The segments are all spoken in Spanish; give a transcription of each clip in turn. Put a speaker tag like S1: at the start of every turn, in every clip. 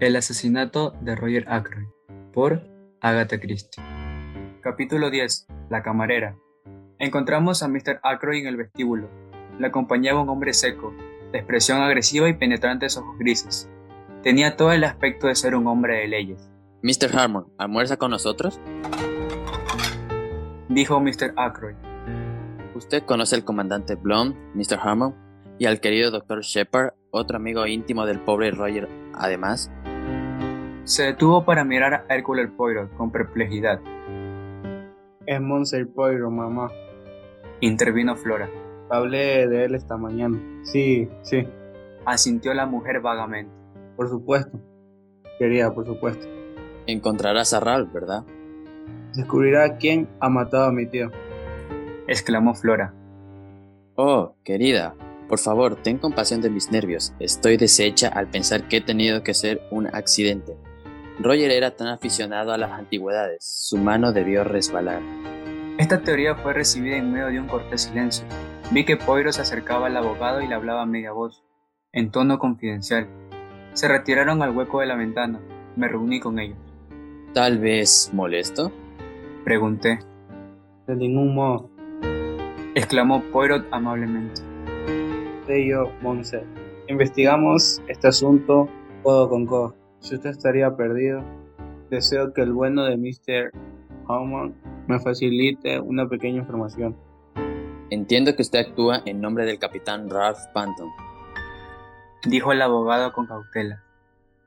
S1: El asesinato de Roger Ackroyd por Agatha Christie. Capítulo 10. La camarera. Encontramos a Mr. Ackroyd en el vestíbulo. Le acompañaba un hombre seco, de expresión agresiva y penetrantes ojos grises. Tenía todo el aspecto de ser un hombre de leyes.
S2: Mr. Harmon, ¿almuerza con nosotros?
S1: Dijo Mr. Ackroyd.
S2: Usted conoce al comandante Blom, Mr. Harmon, y al querido Dr. Shepard, otro amigo íntimo del pobre Roger, además.
S1: Se detuvo para mirar a Hércules Poirot con perplejidad.
S3: Es Monser Poirot, mamá.
S1: Intervino Flora.
S3: Hablé de él esta mañana. Sí, sí,
S1: Asintió la mujer vagamente.
S3: por supuesto. Querida, por supuesto.
S2: Encontrarás a Ralph, ¿verdad?
S3: Descubrirá quién ha matado a mi tío.
S1: Exclamó Flora.
S2: Oh, querida, por favor, ten compasión de mis nervios. Estoy deshecha al pensar que he tenido que ser un accidente. Roger era tan aficionado a las antigüedades, su mano debió resbalar.
S1: Esta teoría fue recibida en medio de un cortés silencio. Vi que Poirot se acercaba al abogado y le hablaba a media voz, en tono confidencial. Se retiraron al hueco de la ventana. Me reuní con ellos.
S2: Tal vez molesto.
S1: Pregunté.
S3: De ningún modo.
S1: Exclamó Poirot amablemente.
S3: Usted y yo, Monser, investigamos este asunto codo con codo. Si usted estaría perdido, deseo que el bueno de Mr. Howman me facilite una pequeña información.
S2: Entiendo que usted actúa en nombre del capitán Ralph Panton.
S1: Dijo el abogado con cautela.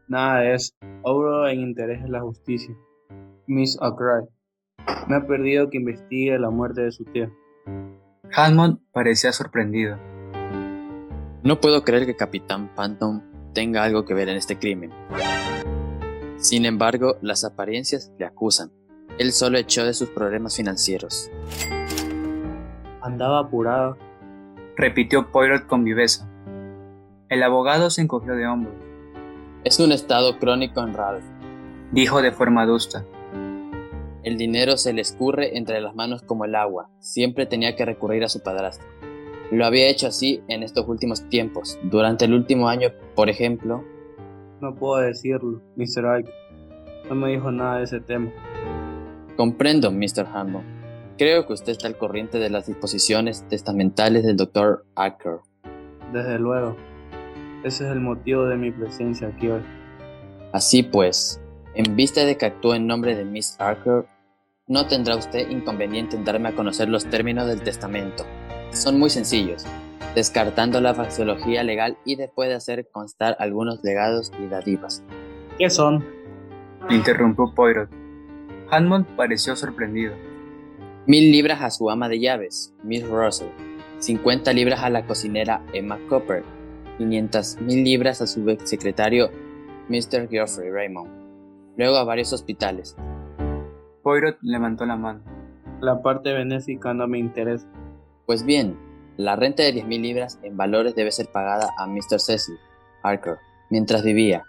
S3: Nada de eso. Obro en interés de la justicia. Miss O'Cry. Me ha perdido que investigue la muerte de su tío.
S1: Hammond parecía sorprendido.
S2: No puedo creer que capitán Panton tenga algo que ver en este crimen. Sin embargo, las apariencias le acusan. Él solo echó de sus problemas financieros.
S3: Andaba apurado.
S1: Repitió Poirot con viveza. El abogado se encogió de hombros.
S2: Es un estado crónico en Ralph.
S1: Dijo de forma adusta.
S2: El dinero se le escurre entre las manos como el agua. Siempre tenía que recurrir a su padrastro. Lo había hecho así en estos últimos tiempos. Durante el último año, por ejemplo,
S3: No puedo decirlo, Mr. Ike. No me dijo nada de ese tema.
S2: comprendo, Mr. Hammond. Creo que usted está al corriente de las disposiciones testamentales del Dr. Acker.
S3: Desde luego. Ese es el motivo de mi presencia aquí hoy.
S2: Así pues, en vista de que actuó en nombre de Miss Acker, no tendrá usted inconveniente en darme a conocer los términos del testamento. Son muy sencillos, descartando la fraseología legal y después de hacer constar algunos legados y dadivas.
S3: ¿Qué son?
S1: Interrumpió Poirot. Hammond pareció sorprendido.
S2: Mil libras a su ama de llaves, Miss Russell. 50 libras a la cocinera Emma Copper. 500 mil libras a su secretario, Mr. Geoffrey Raymond. Luego a varios hospitales.
S1: Poirot levantó la mano.
S3: La parte benéfica no me interesa.
S2: Pues bien, la renta de 10 mil libras en valores debe ser pagada a Mr. Cecil Archer mientras vivía.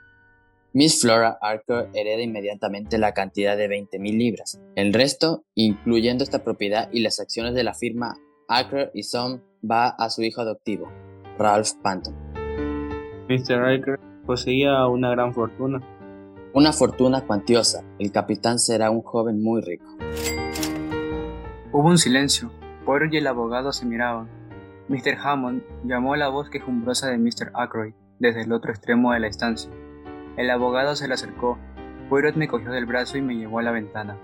S2: Miss Flora Archer hereda inmediatamente la cantidad de 20 mil libras. El resto, incluyendo esta propiedad y las acciones de la firma Archer y Son, va a su hijo adoptivo, Ralph Panton.
S3: Mr. Ike poseía una gran fortuna.
S2: Una fortuna cuantiosa. El capitán será un joven muy rico.
S1: Hubo un silencio. Poirot y el abogado se miraban. Mr. Hammond llamó la voz quejumbrosa de Mr. Ackroyd desde el otro extremo de la estancia. El abogado se le acercó. Poirot me cogió del brazo y me llevó a la ventana.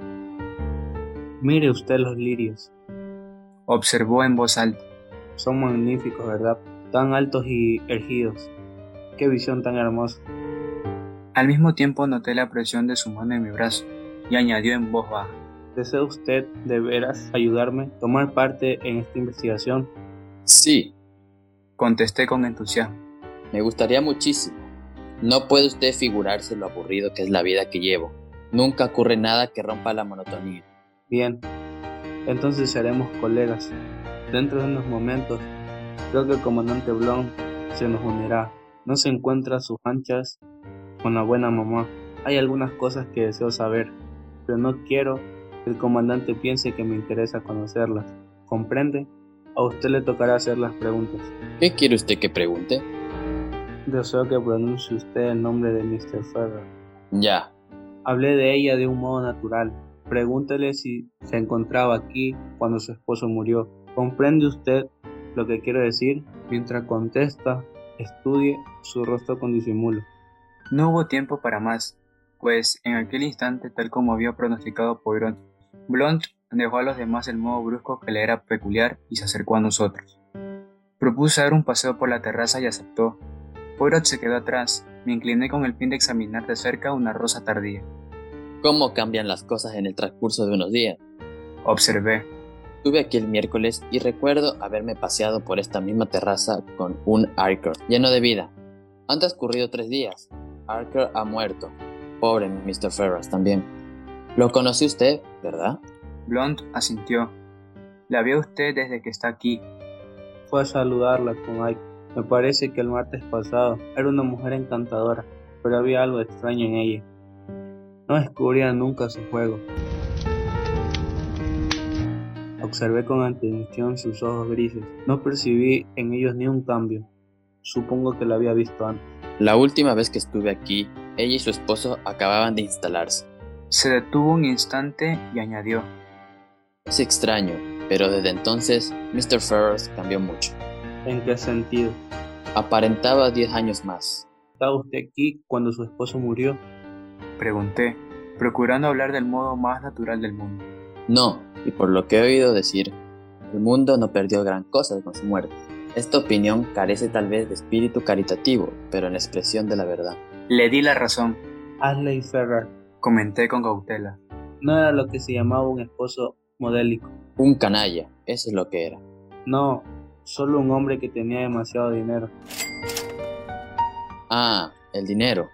S3: Mire usted los lirios.
S1: Observó en voz alta.
S3: Son magníficos, ¿verdad? Tan altos y erguidos. Qué visión tan hermosa.
S1: Al mismo tiempo noté la presión de su mano en mi brazo y añadió en voz baja.
S3: ¿Desea usted de veras ayudarme, tomar parte en esta investigación?
S2: Sí,
S1: Contesté con entusiasmo.
S2: me gustaría muchísimo. No puede usted figurarse lo aburrido que es la vida que llevo. Nunca ocurre nada que rompa la monotonía.
S3: Bien, entonces seremos colegas. Dentro de unos momentos, creo que el comandante Blon se nos unirá. No se encuentra a sus anchas con la buena mamá. Hay algunas cosas que deseo saber, pero no quiero que el comandante piense que me interesa conocerlas. ¿Comprende? A usted le tocará hacer las preguntas.
S2: ¿Qué quiere usted que pregunte?
S3: Deseo que pronuncie usted el nombre de Mr. Ferrer.
S2: Ya,
S3: Hablé de ella de un modo natural. Pregúntele si se encontraba aquí cuando su esposo murió. ¿Comprende usted lo que quiero decir? Mientras contesta, estudie su rostro con disimulo.
S1: No hubo tiempo para más, pues en aquel instante, tal como había pronosticado Poirot, Blunt dejó a los demás el modo brusco que le era peculiar y se acercó a nosotros. Propuse dar un paseo por la terraza y aceptó. Poirot se quedó atrás. Me incliné con el fin de examinar de cerca una rosa tardía.
S2: ¿cómo cambian las cosas en el transcurso de unos días?
S1: Observé.
S2: Estuve aquí el miércoles y recuerdo haberme paseado por esta misma terraza con un Arker lleno de vida. Han transcurrido tres días. Arker ha muerto. Pobre Mr. Ferras también. Lo conoció usted, ¿verdad?
S1: Blunt asintió. La vio usted desde que está aquí.
S3: Fue a saludarla con Ike. Me parece que el martes pasado era una mujer encantadora, pero había algo extraño en ella. No descubría nunca su juego. Observé con atención sus ojos grises. No percibí en ellos ni un cambio. Supongo que la había visto antes.
S2: La última vez que estuve aquí, ella y su esposo acababan de instalarse.
S1: Se detuvo un instante y añadió.
S2: Es extraño, pero desde entonces Mr. Ferrars cambió mucho.
S3: ¿En qué sentido?
S2: Aparentaba 10 años más.
S3: ¿Estaba usted aquí cuando su esposo murió?
S1: Pregunté, procurando hablar del modo más natural del mundo.
S2: No, y por lo que he oído decir, el mundo no perdió gran cosa con su muerte. Esta opinión carece tal vez de espíritu caritativo, pero en la expresión de la verdad.
S1: Le di la razón,
S3: Ashley Ferrer.
S1: comenté con cautela.
S3: No era lo que se llamaba un esposo modélico.
S2: Un canalla, eso es lo que era.
S3: No, solo un hombre que tenía demasiado dinero.
S2: Ah, el dinero.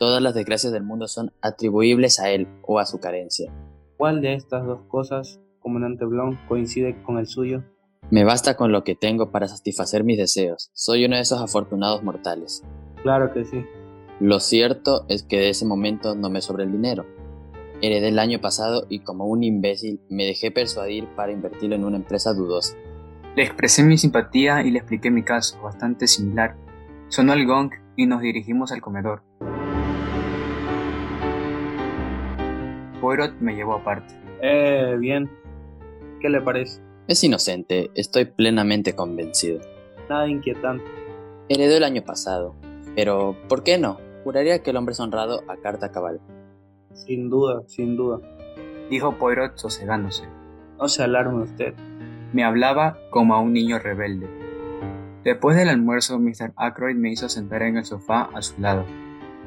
S2: Todas las desgracias del mundo son atribuibles a él o a su carencia.
S3: ¿Cuál de estas dos cosas, comandante Blount, coincide con el suyo?
S2: Me basta con lo que tengo para satisfacer mis deseos. Soy uno de esos afortunados mortales.
S3: Claro que sí.
S2: Lo cierto es que de ese momento no me sobra el dinero. Heredé el año pasado y como un imbécil me dejé persuadir para invertirlo en una empresa dudosa.
S1: Le expresé mi simpatía y le expliqué mi caso, bastante similar. Sonó el gong y nos dirigimos al comedor. Poirot me llevó aparte.
S3: Eh, bien. ¿Qué le parece?
S2: Es inocente, estoy plenamente convencido.
S3: Nada inquietante.
S2: Heredó el año pasado, pero ¿por qué no? Juraría que el hombre es honrado a carta cabal.
S3: Sin duda, sin duda.
S1: Dijo Poirot sosegándose.
S3: No se alarme usted.
S1: Me hablaba como a un niño rebelde. Después del almuerzo, Mr. Ackroyd me hizo sentar en el sofá a su lado.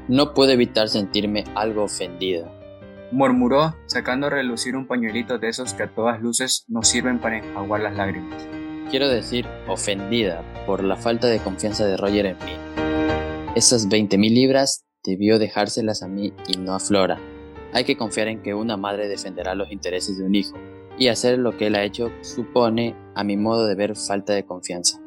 S2: No puedo evitar sentirme algo ofendida.
S1: Murmuró, sacando a relucir un pañuelito de esos que a todas luces nos sirven para enjuagar las lágrimas.
S2: Quiero decir, ofendida por la falta de confianza de Roger en mí. Esas 20.000 libras debió dejárselas a mí y no a Flora. Hay que confiar en que una madre defenderá los intereses de un hijo y hacer lo que él ha hecho supone, a mi modo de ver, falta de confianza.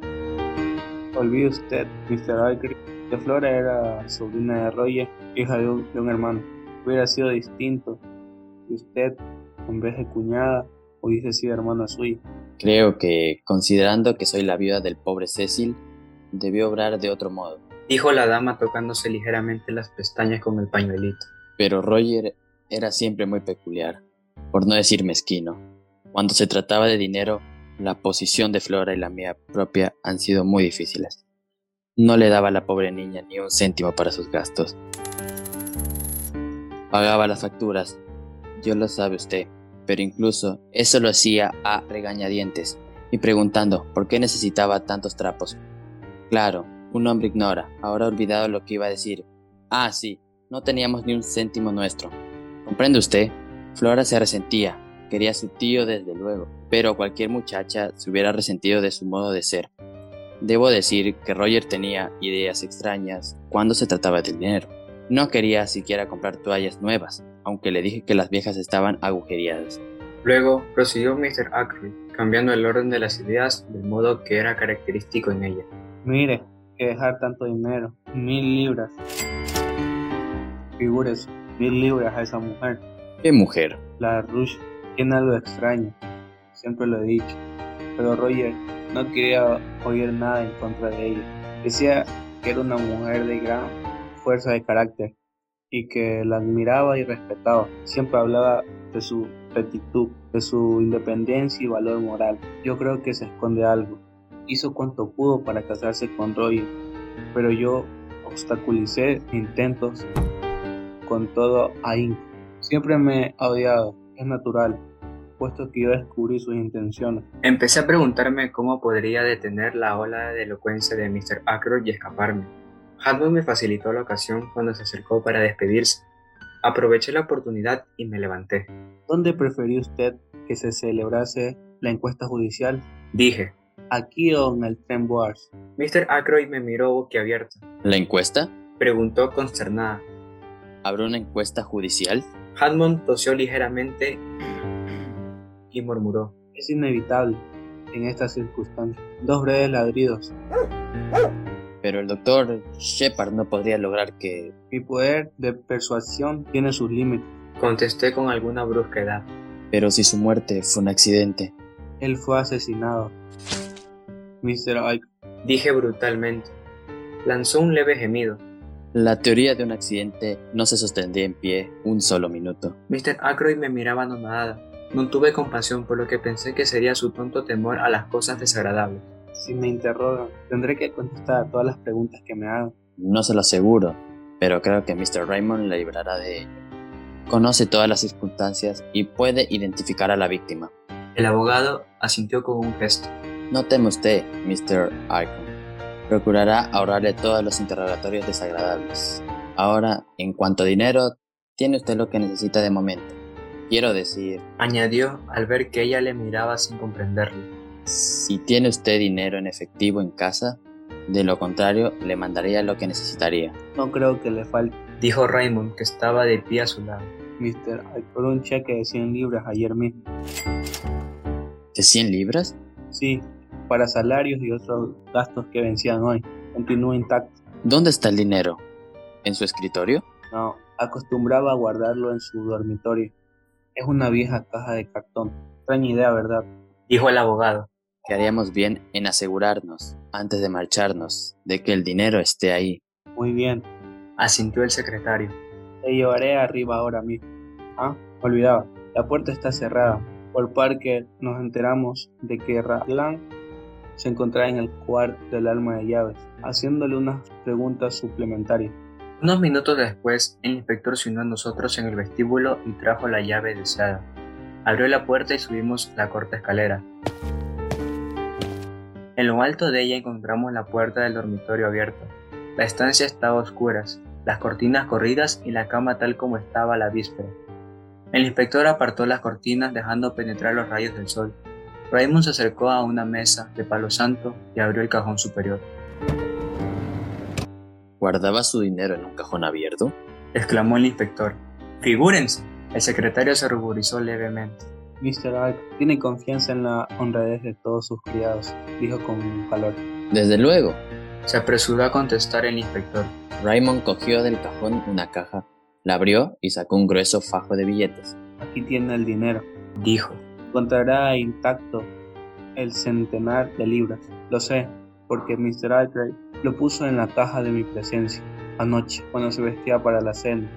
S3: Olvide usted, Mr. Alcree, que Flora era sobrina de Roger, hija de un, de un hermano. Hubiera sido distinto si usted, en vez de cuñada, hubiese sido hermana suya.
S2: Creo que, considerando que soy la viuda del pobre Cecil, debió obrar de otro modo.
S1: Dijo la dama tocándose ligeramente las pestañas con el pañuelito.
S2: Pero Roger era siempre muy peculiar, por no decir mezquino. Cuando se trataba de dinero, la posición de Flora y la mía propia han sido muy difíciles. No le daba a la pobre niña ni un céntimo para sus gastos. Pagaba las facturas, yo lo sabe usted, pero incluso eso lo hacía a regañadientes y preguntando por qué necesitaba tantos trapos. Claro, un hombre ignora, ahora ha olvidado lo que iba a decir. Ah, sí, no teníamos ni un céntimo nuestro. ¿Comprende usted? Flora se resentía, quería a su tío desde luego, pero cualquier muchacha se hubiera resentido de su modo de ser. Debo decir que Roger tenía ideas extrañas cuando se trataba del dinero. No quería siquiera comprar toallas nuevas, aunque le dije que las viejas estaban agujereadas.
S1: Luego prosiguió Mr. Ackroyd, cambiando el orden de las ideas del modo que era característico en ella.
S3: Mire, que dejar tanto dinero, mil libras. Figúrese, mil libras a esa mujer.
S2: ¡Qué mujer!
S3: La Rush tiene algo extraño, siempre lo he dicho. Pero Roger no quería oír nada en contra de ella. Decía que era una mujer de gran fuerza de carácter y que la admiraba y respetaba. Siempre hablaba de su rectitud, de su independencia y valor moral. Yo creo que se esconde algo. Hizo cuanto pudo para casarse con Roy, pero yo obstaculicé intentos con todo ahínco. Siempre me ha odiado, es natural, puesto que yo descubrí sus intenciones.
S1: Empecé a preguntarme cómo podría detener la ola de elocuencia de Mr. Ackroyd y escaparme. Hadwin me facilitó la ocasión cuando se acercó para despedirse. Aproveché la oportunidad y me levanté.
S3: ¿Dónde prefería usted que se celebrase la encuesta judicial?
S1: Dije,
S3: ¿Aquí o en el tren Boars?
S1: Mr. Ackroyd me miró boquiabierta.
S2: ¿La encuesta?
S1: Preguntó consternada.
S2: ¿Habrá una encuesta judicial?
S1: Hammond tosió ligeramente y murmuró.
S3: Es inevitable en estas circunstancias. Dos breves ladridos.
S2: Pero el doctor Shepard no podría lograr que...
S3: Mi poder de persuasión tiene sus límites.
S1: Contesté con alguna brusquedad.
S2: Pero si su muerte fue un accidente.
S3: Él fue asesinado. Mr. Ike.
S1: Dije brutalmente. Lanzó un leve gemido.
S2: La teoría de un accidente no se sostendría en pie un solo minuto.
S1: Mr. Ackroyd me miraba anonadada. No tuve compasión por lo que pensé que sería su tonto temor a las cosas desagradables.
S3: Si me interrogan, tendré que contestar a todas las preguntas que me hagan.
S2: No se lo aseguro, pero creo que Mr. Raymond la librará de ello. Conoce todas las circunstancias y puede identificar a la víctima.
S1: El abogado asintió con un gesto.
S2: No teme usted, Mr. Arkham. Procurará ahorrarle todos los interrogatorios desagradables. Ahora, en cuanto a dinero, tiene usted lo que necesita de momento. Quiero decir,
S1: Añadió al ver que ella le miraba sin comprenderlo.
S2: si tiene usted dinero en efectivo en casa, de lo contrario, le mandaría lo que necesitaría.
S3: No creo que le falte.
S1: Dijo Raymond, que estaba de pie a su lado.
S3: Mr. Ike por un cheque de 100 libras ayer mismo.
S2: ¿De 100 libras?
S3: Sí, para salarios y otros gastos que vencían hoy. Continúa intacto.
S2: ¿Dónde está el dinero? ¿En su escritorio?
S3: No, acostumbraba a guardarlo en su dormitorio. Es una vieja caja de cartón. Extraña idea, ¿verdad?
S1: Dijo el abogado.
S2: Que haríamos bien en asegurarnos, antes de marcharnos, de que el dinero esté ahí.
S3: Muy bien,
S1: Asintió el secretario.
S3: te llevaré arriba ahora mismo. Ah, olvidaba, la puerta está cerrada. Por Parker nos enteramos de que Raglan se encontraba en el cuarto del alma de llaves, haciéndole unas preguntas suplementarias.
S1: Unos minutos después, el inspector se unió a nosotros en el vestíbulo y trajo la llave deseada. Abrió la puerta y subimos la corta escalera. En lo alto de ella encontramos la puerta del dormitorio abierta. La estancia estaba a oscuras, las cortinas corridas y la cama tal como estaba la víspera. El inspector apartó las cortinas dejando penetrar los rayos del sol. Raymond se acercó a una mesa de palo santo y abrió el cajón superior.
S2: ¿Guardaba su dinero en un cajón abierto?
S1: exclamó el inspector. ¡Figúrense! El secretario se ruborizó levemente.
S3: Mr. Ike tiene confianza en la honradez de todos sus criados, dijo con calor.
S2: Desde luego,
S1: Se apresuró a contestar el inspector.
S2: Raymond cogió del cajón una caja, la abrió y sacó un grueso fajo de billetes.
S3: Aquí tiene el dinero.
S1: Dijo.
S3: Encontrará intacto el centenar de libras. Lo sé, porque Mr. Albright lo puso en la caja de mi presencia anoche, cuando se vestía para la cena.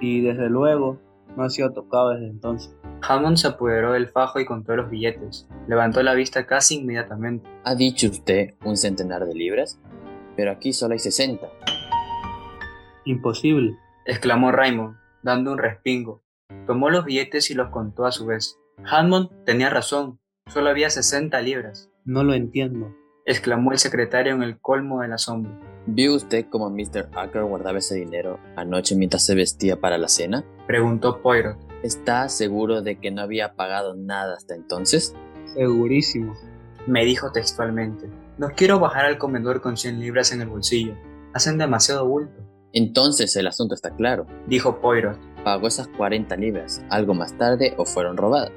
S3: Y desde luego no ha sido tocado desde entonces.
S1: Hammond se apoderó del fajo y contó los billetes. Levantó la vista casi inmediatamente.
S2: ¿Ha dicho usted un centenar de libras? Pero aquí solo hay 60.
S3: Imposible.
S1: Exclamó Raymond, dando un respingo. Tomó los billetes y los contó a su vez. Hammond tenía razón. Solo había 60 libras.
S3: No lo entiendo.
S1: Exclamó el secretario en el colmo del asombro.
S2: ¿Vio usted cómo Mr. Acker guardaba ese dinero anoche mientras se vestía para la cena?
S1: Preguntó Poirot.
S2: ¿Está seguro de que no había pagado nada hasta entonces?
S3: Segurísimo.
S1: Me dijo textualmente. No quiero bajar al comedor con 100 libras en el bolsillo. Hacen demasiado bulto.
S2: Entonces el asunto está claro.
S1: Dijo Poirot.
S2: ¿Pagó esas 40 libras algo más tarde o fueron robadas?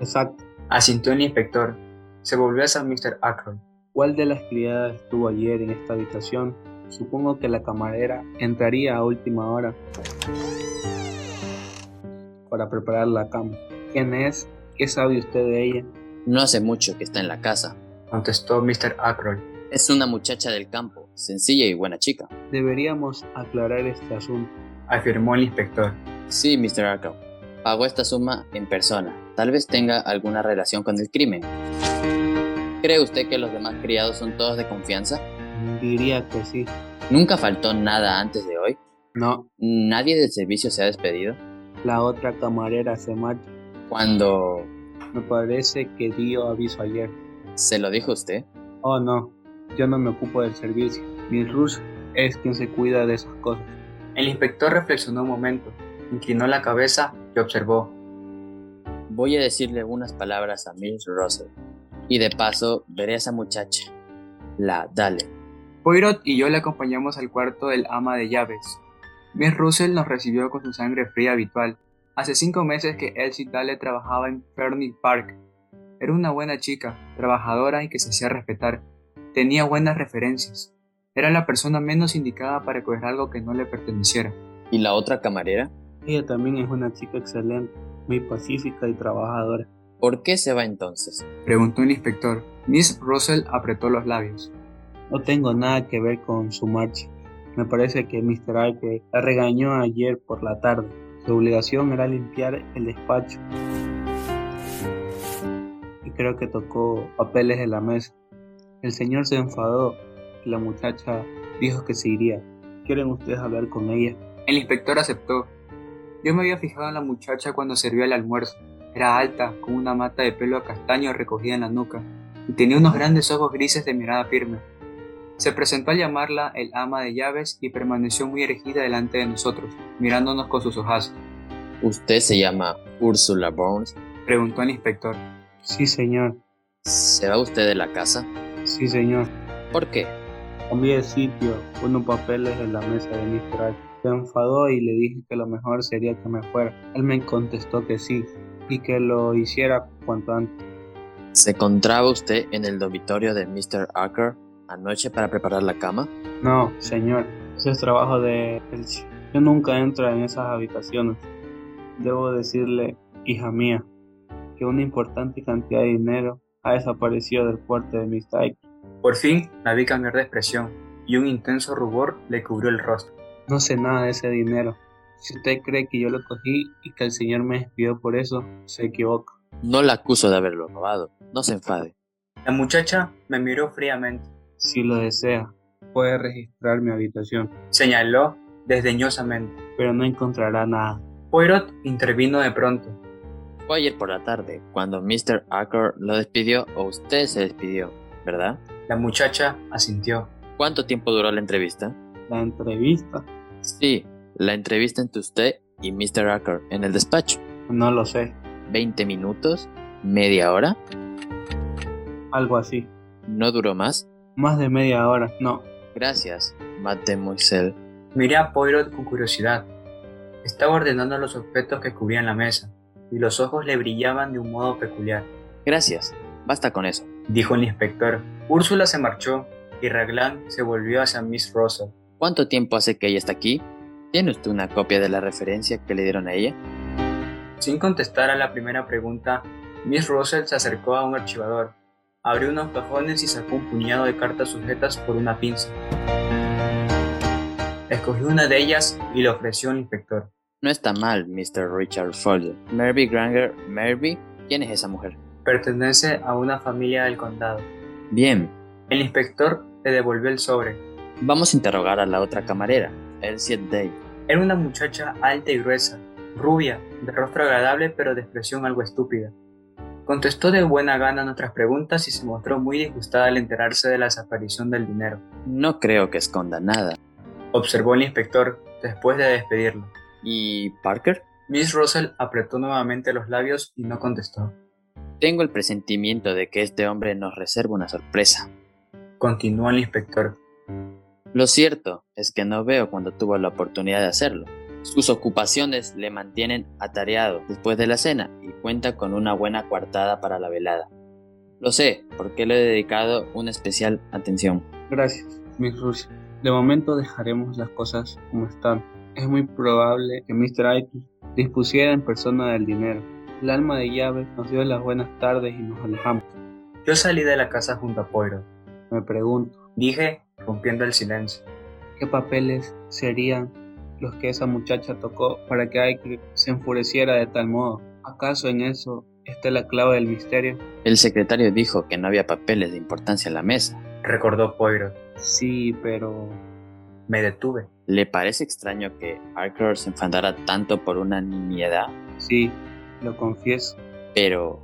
S3: Exacto.
S1: Asintió el inspector. Se volvió hacia Mr. Ackroyd.
S3: ¿Cuál de las criadas estuvo ayer en esta habitación? Supongo que la camarera entraría a última hora para preparar la cama. ¿Quién es? ¿Qué sabe usted de ella?
S2: No hace mucho que está en la casa.
S1: Contestó Mr. Ackroyd.
S2: Es una muchacha del campo, sencilla y buena chica.
S3: Deberíamos aclarar este asunto.
S1: afirmó el inspector.
S2: Sí, Mr. Arkham. Pagó esta suma en persona. Tal vez tenga alguna relación con el crimen. ¿Cree usted que los demás criados son todos de confianza?
S3: Diría que sí.
S2: ¿Nunca faltó nada antes de hoy?
S3: No,
S2: ¿Nadie del servicio se ha despedido?
S3: la otra camarera se marcha.
S2: Cuando
S3: Me parece que dio aviso ayer.
S2: se lo dijo usted,
S3: Oh no, yo no me ocupo del servicio. Miss Rush es quien se cuida de esas cosas.
S1: El inspector reflexionó un momento, inclinó la cabeza y observó.
S2: voy a decirle unas palabras a Miss Russell. Y de paso, veré a esa muchacha. La Dale.
S1: Poirot y yo le acompañamos al cuarto del ama de llaves. Miss Russell nos recibió con su sangre fría habitual. Hace cinco meses que Elsie Dale trabajaba en Fernie Park. Era una buena chica, trabajadora y que se hacía respetar. Tenía buenas referencias. Era la persona menos indicada para coger algo que no le perteneciera.
S2: ¿Y la otra camarera?
S3: Ella también es una chica excelente, muy pacífica y trabajadora.
S2: ¿Por qué se va entonces?
S1: Preguntó el inspector. Miss Russell apretó los labios.
S3: No tengo nada que ver con su marcha. Me parece que Mr. Arkwright la regañó ayer por la tarde. Su obligación era limpiar el despacho. Y creo que tocó papeles en la mesa. El señor se enfadó y la muchacha dijo que se iría. ¿Quieren ustedes hablar con ella?
S1: El inspector aceptó. Yo me había fijado en la muchacha cuando servía el almuerzo. Era alta, con una mata de pelo castaño recogida en la nuca, y tenía unos grandes ojos grises de mirada firme. Se presentó al llamarla el ama de llaves y permaneció muy erigida delante de nosotros, mirándonos con sus ojazos.
S2: ¿Usted se llama Ursula Burns?
S1: Preguntó el inspector.
S3: Sí, señor.
S2: ¿Se va usted de la casa?
S3: Sí, señor.
S2: ¿Por qué?
S3: Cambié de sitio, unos papeles en la mesa de Mr. Hyde. Se enfadó y le dije que lo mejor sería que me fuera. Él me contestó que sí y que lo hiciera cuanto antes.
S2: ¿Se encontraba usted en el dormitorio de Mr. Acker anoche para preparar la cama?
S3: No, señor, ese es trabajo de Elsie. Yo nunca entro en esas habitaciones. Debo decirle, hija mía, que una importante cantidad de dinero ha desaparecido del puerto de Mr. Hyde.
S1: Por fin la vi cambiar de expresión, y un intenso rubor le cubrió el rostro.
S3: No sé nada de ese dinero. Si usted cree que yo lo cogí y que el señor me despidió por eso, se equivoca.
S2: No la acuso de haberlo robado. No se enfade.
S1: La muchacha me miró fríamente,
S3: Si lo desea, puede registrar mi habitación,
S1: señaló desdeñosamente.
S3: pero no encontrará nada.
S1: Poirot intervino de pronto.
S2: Fue ayer por la tarde, cuando Mr. Acker lo despidió o usted se despidió, ¿verdad?
S1: La muchacha asintió.
S2: ¿Cuánto tiempo duró la entrevista?
S3: La entrevista,
S2: Sí, la entrevista entre usted y Mr. Acker en el despacho.
S3: no lo sé,
S2: ¿20 minutos? ¿Media hora?
S3: algo así.
S2: ¿No duró más?
S3: Más de media hora, no.
S2: Gracias, mademoiselle.
S1: Miré a Poirot con curiosidad. Estaba ordenando los objetos que cubrían la mesa, y los ojos le brillaban de un modo peculiar,
S2: Gracias. Basta con eso.
S1: dijo el inspector. Úrsula se marchó, y Raglan se volvió hacia Miss Russell.
S2: ¿Cuánto tiempo hace que ella está aquí? ¿Tiene usted una copia de la referencia que le dieron a ella?
S1: Sin contestar a la primera pregunta, Miss Russell se acercó a un archivador, abrió unos cajones y sacó un puñado de cartas sujetas por una pinza. Escogió una de ellas y le ofreció al inspector.
S2: No está mal, Mr. Richard Folger. Mervy Granger, Mervy, ¿quién es esa mujer?
S1: Pertenece a una familia del condado.
S2: Bien,
S1: El inspector le devolvió el sobre.
S2: vamos a interrogar a la otra camarera, Elsie Day.
S1: Era una muchacha alta y gruesa, rubia, de rostro agradable pero de expresión algo estúpida. Contestó de buena gana nuestras preguntas y se mostró muy disgustada al enterarse de la desaparición del dinero,
S2: No creo que esconda nada.
S1: observó el inspector después de despedirlo.
S2: ¿Y Parker?
S1: Miss Russell apretó nuevamente los labios y no contestó.
S2: Tengo el presentimiento de que este hombre nos reserva una sorpresa.
S1: Continuó el inspector.
S2: Lo cierto es que no veo cuando tuvo la oportunidad de hacerlo. Sus ocupaciones le mantienen atareado después de la cena y cuenta con una buena coartada para la velada. Lo sé, porque le he dedicado una especial atención.
S3: Gracias, Miss Rusia. De momento dejaremos las cosas como están. Es muy probable que Mr. Aiken dispusiera en persona del dinero. El alma de llaves nos dio las buenas tardes y nos alejamos.
S1: Yo salí de la casa junto a Poirot.
S3: Me pregunto,
S1: Dije, rompiendo el silencio.
S3: ¿Qué papeles serían los que esa muchacha tocó para que Aikri se enfureciera de tal modo? ¿Acaso en eso está la clave del misterio?
S2: El secretario dijo que no había papeles de importancia en la mesa.
S1: Recordó Poirot.
S3: Sí, pero...
S1: Me detuve.
S2: ¿Le parece extraño que Archer se enfadara tanto por una nimiedad?
S3: Sí, lo confieso.
S2: Pero,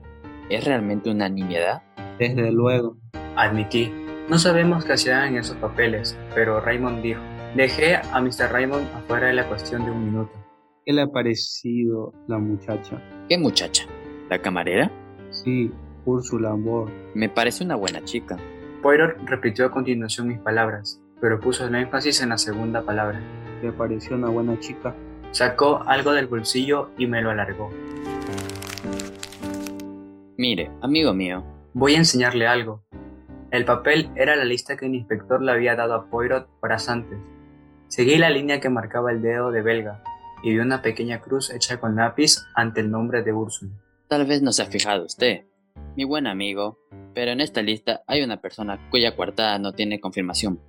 S2: ¿es realmente una nimiedad?
S3: Desde luego.
S1: Admití. No sabemos qué hacían en esos papeles, pero Raymond dijo. Dejé a Mr. Raymond afuera de la cuestión de un minuto.
S3: ¿Qué le ha parecido la muchacha?
S2: ¿Qué muchacha? ¿La camarera?
S3: Sí, Úrsula Bohr.
S2: Me parece una buena chica.
S1: Poirot repitió a continuación mis palabras, pero puso el énfasis en la segunda palabra.
S3: ¿Le pareció una buena chica?
S1: Sacó algo del bolsillo y me lo alargó.
S2: Mire, amigo mío,
S1: Voy a enseñarle algo. El papel era la lista que el inspector le había dado a Poirot horas antes. Seguí la línea que marcaba el dedo de Belga y vi una pequeña cruz hecha con lápiz ante el nombre de Úrsula.
S2: tal vez no se ha fijado usted, mi buen amigo, pero en esta lista hay una persona cuya coartada no tiene confirmación.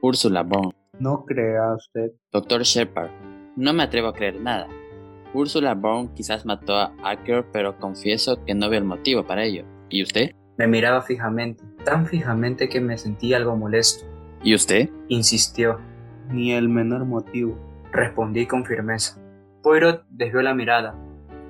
S2: Úrsula Bourne.
S3: No crea usted.
S2: Doctor Shepard, no me atrevo a creer nada. Úrsula Bourne quizás mató a Acker, pero confieso que no veo el motivo para ello. ¿Y usted?
S1: Me miraba fijamente, tan fijamente que me sentí algo molesto.
S2: ¿Y usted?
S1: Insistió.
S3: Ni el menor motivo.
S1: Respondí con firmeza. Poirot desvió la mirada,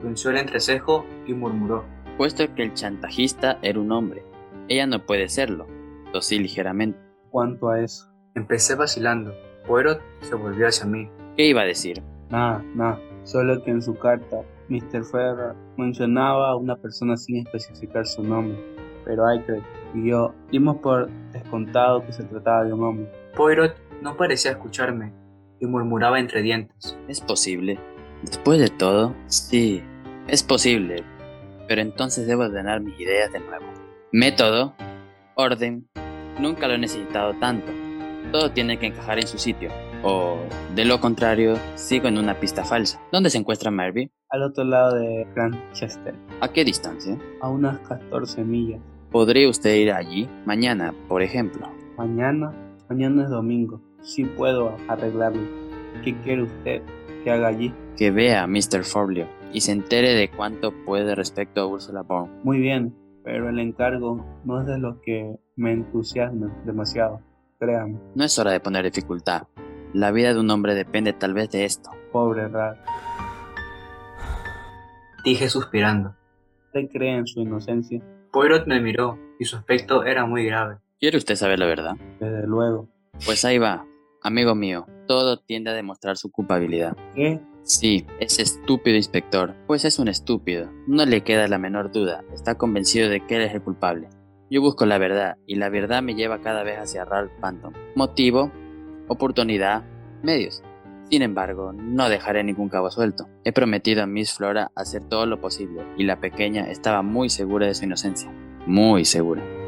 S1: frunció el entrecejo y murmuró.
S2: Puesto que el chantajista era un hombre, ella no puede serlo. Tosí ligeramente.
S3: Cuanto a eso.
S1: Empecé vacilando. Poirot se volvió hacia mí.
S2: ¿Qué iba a decir?
S3: Nada, nada. Solo que en su carta, Mr. Ferrer mencionaba a una persona sin especificar su nombre. Pero Aikred y yo dimos por descontado que se trataba de un hombre.
S1: Poirot no parecía escucharme y murmuraba entre dientes.
S2: ¿Es posible? Después de todo, sí, es posible. Pero entonces debo ordenar mis ideas de nuevo. Método, orden, nunca lo he necesitado tanto. Todo tiene que encajar en su sitio. O, de lo contrario, sigo en una pista falsa. ¿Dónde se encuentra Marvy?
S3: Al otro lado de Grantchester,
S2: ¿A qué distancia?
S3: a unas 14 millas.
S2: ¿Podría usted ir allí mañana, por ejemplo?
S3: Mañana, mañana es domingo. Sí puedo arreglarlo. ¿Qué quiere usted que haga allí?
S2: Que vea a Mr. Forleo y se entere de cuánto puede respecto a Ursula Bourne.
S3: Muy bien, pero el encargo no es de los que me entusiasman demasiado. Créame,
S2: No es hora de poner dificultad. La vida de un hombre depende tal vez de esto.
S3: pobre Rad.
S1: Dije suspirando.
S3: ¿Usted cree en su inocencia?
S1: Poirot me miró y su aspecto era muy grave.
S2: ¿Quiere usted saber la verdad?
S3: Desde luego.
S2: Pues ahí va, amigo mío. Todo tiende a demostrar su culpabilidad.
S3: ¿Qué?
S2: Sí, ese estúpido inspector. Pues es un estúpido. No le queda la menor duda. Está convencido de que él es el culpable. Yo busco la verdad y la verdad me lleva cada vez hacia Ralph Panton. Motivo, oportunidad, medios. Sin embargo, no dejaré ningún cabo suelto. He prometido a Miss Flora hacer todo lo posible y la pequeña estaba muy segura de su inocencia. Muy segura.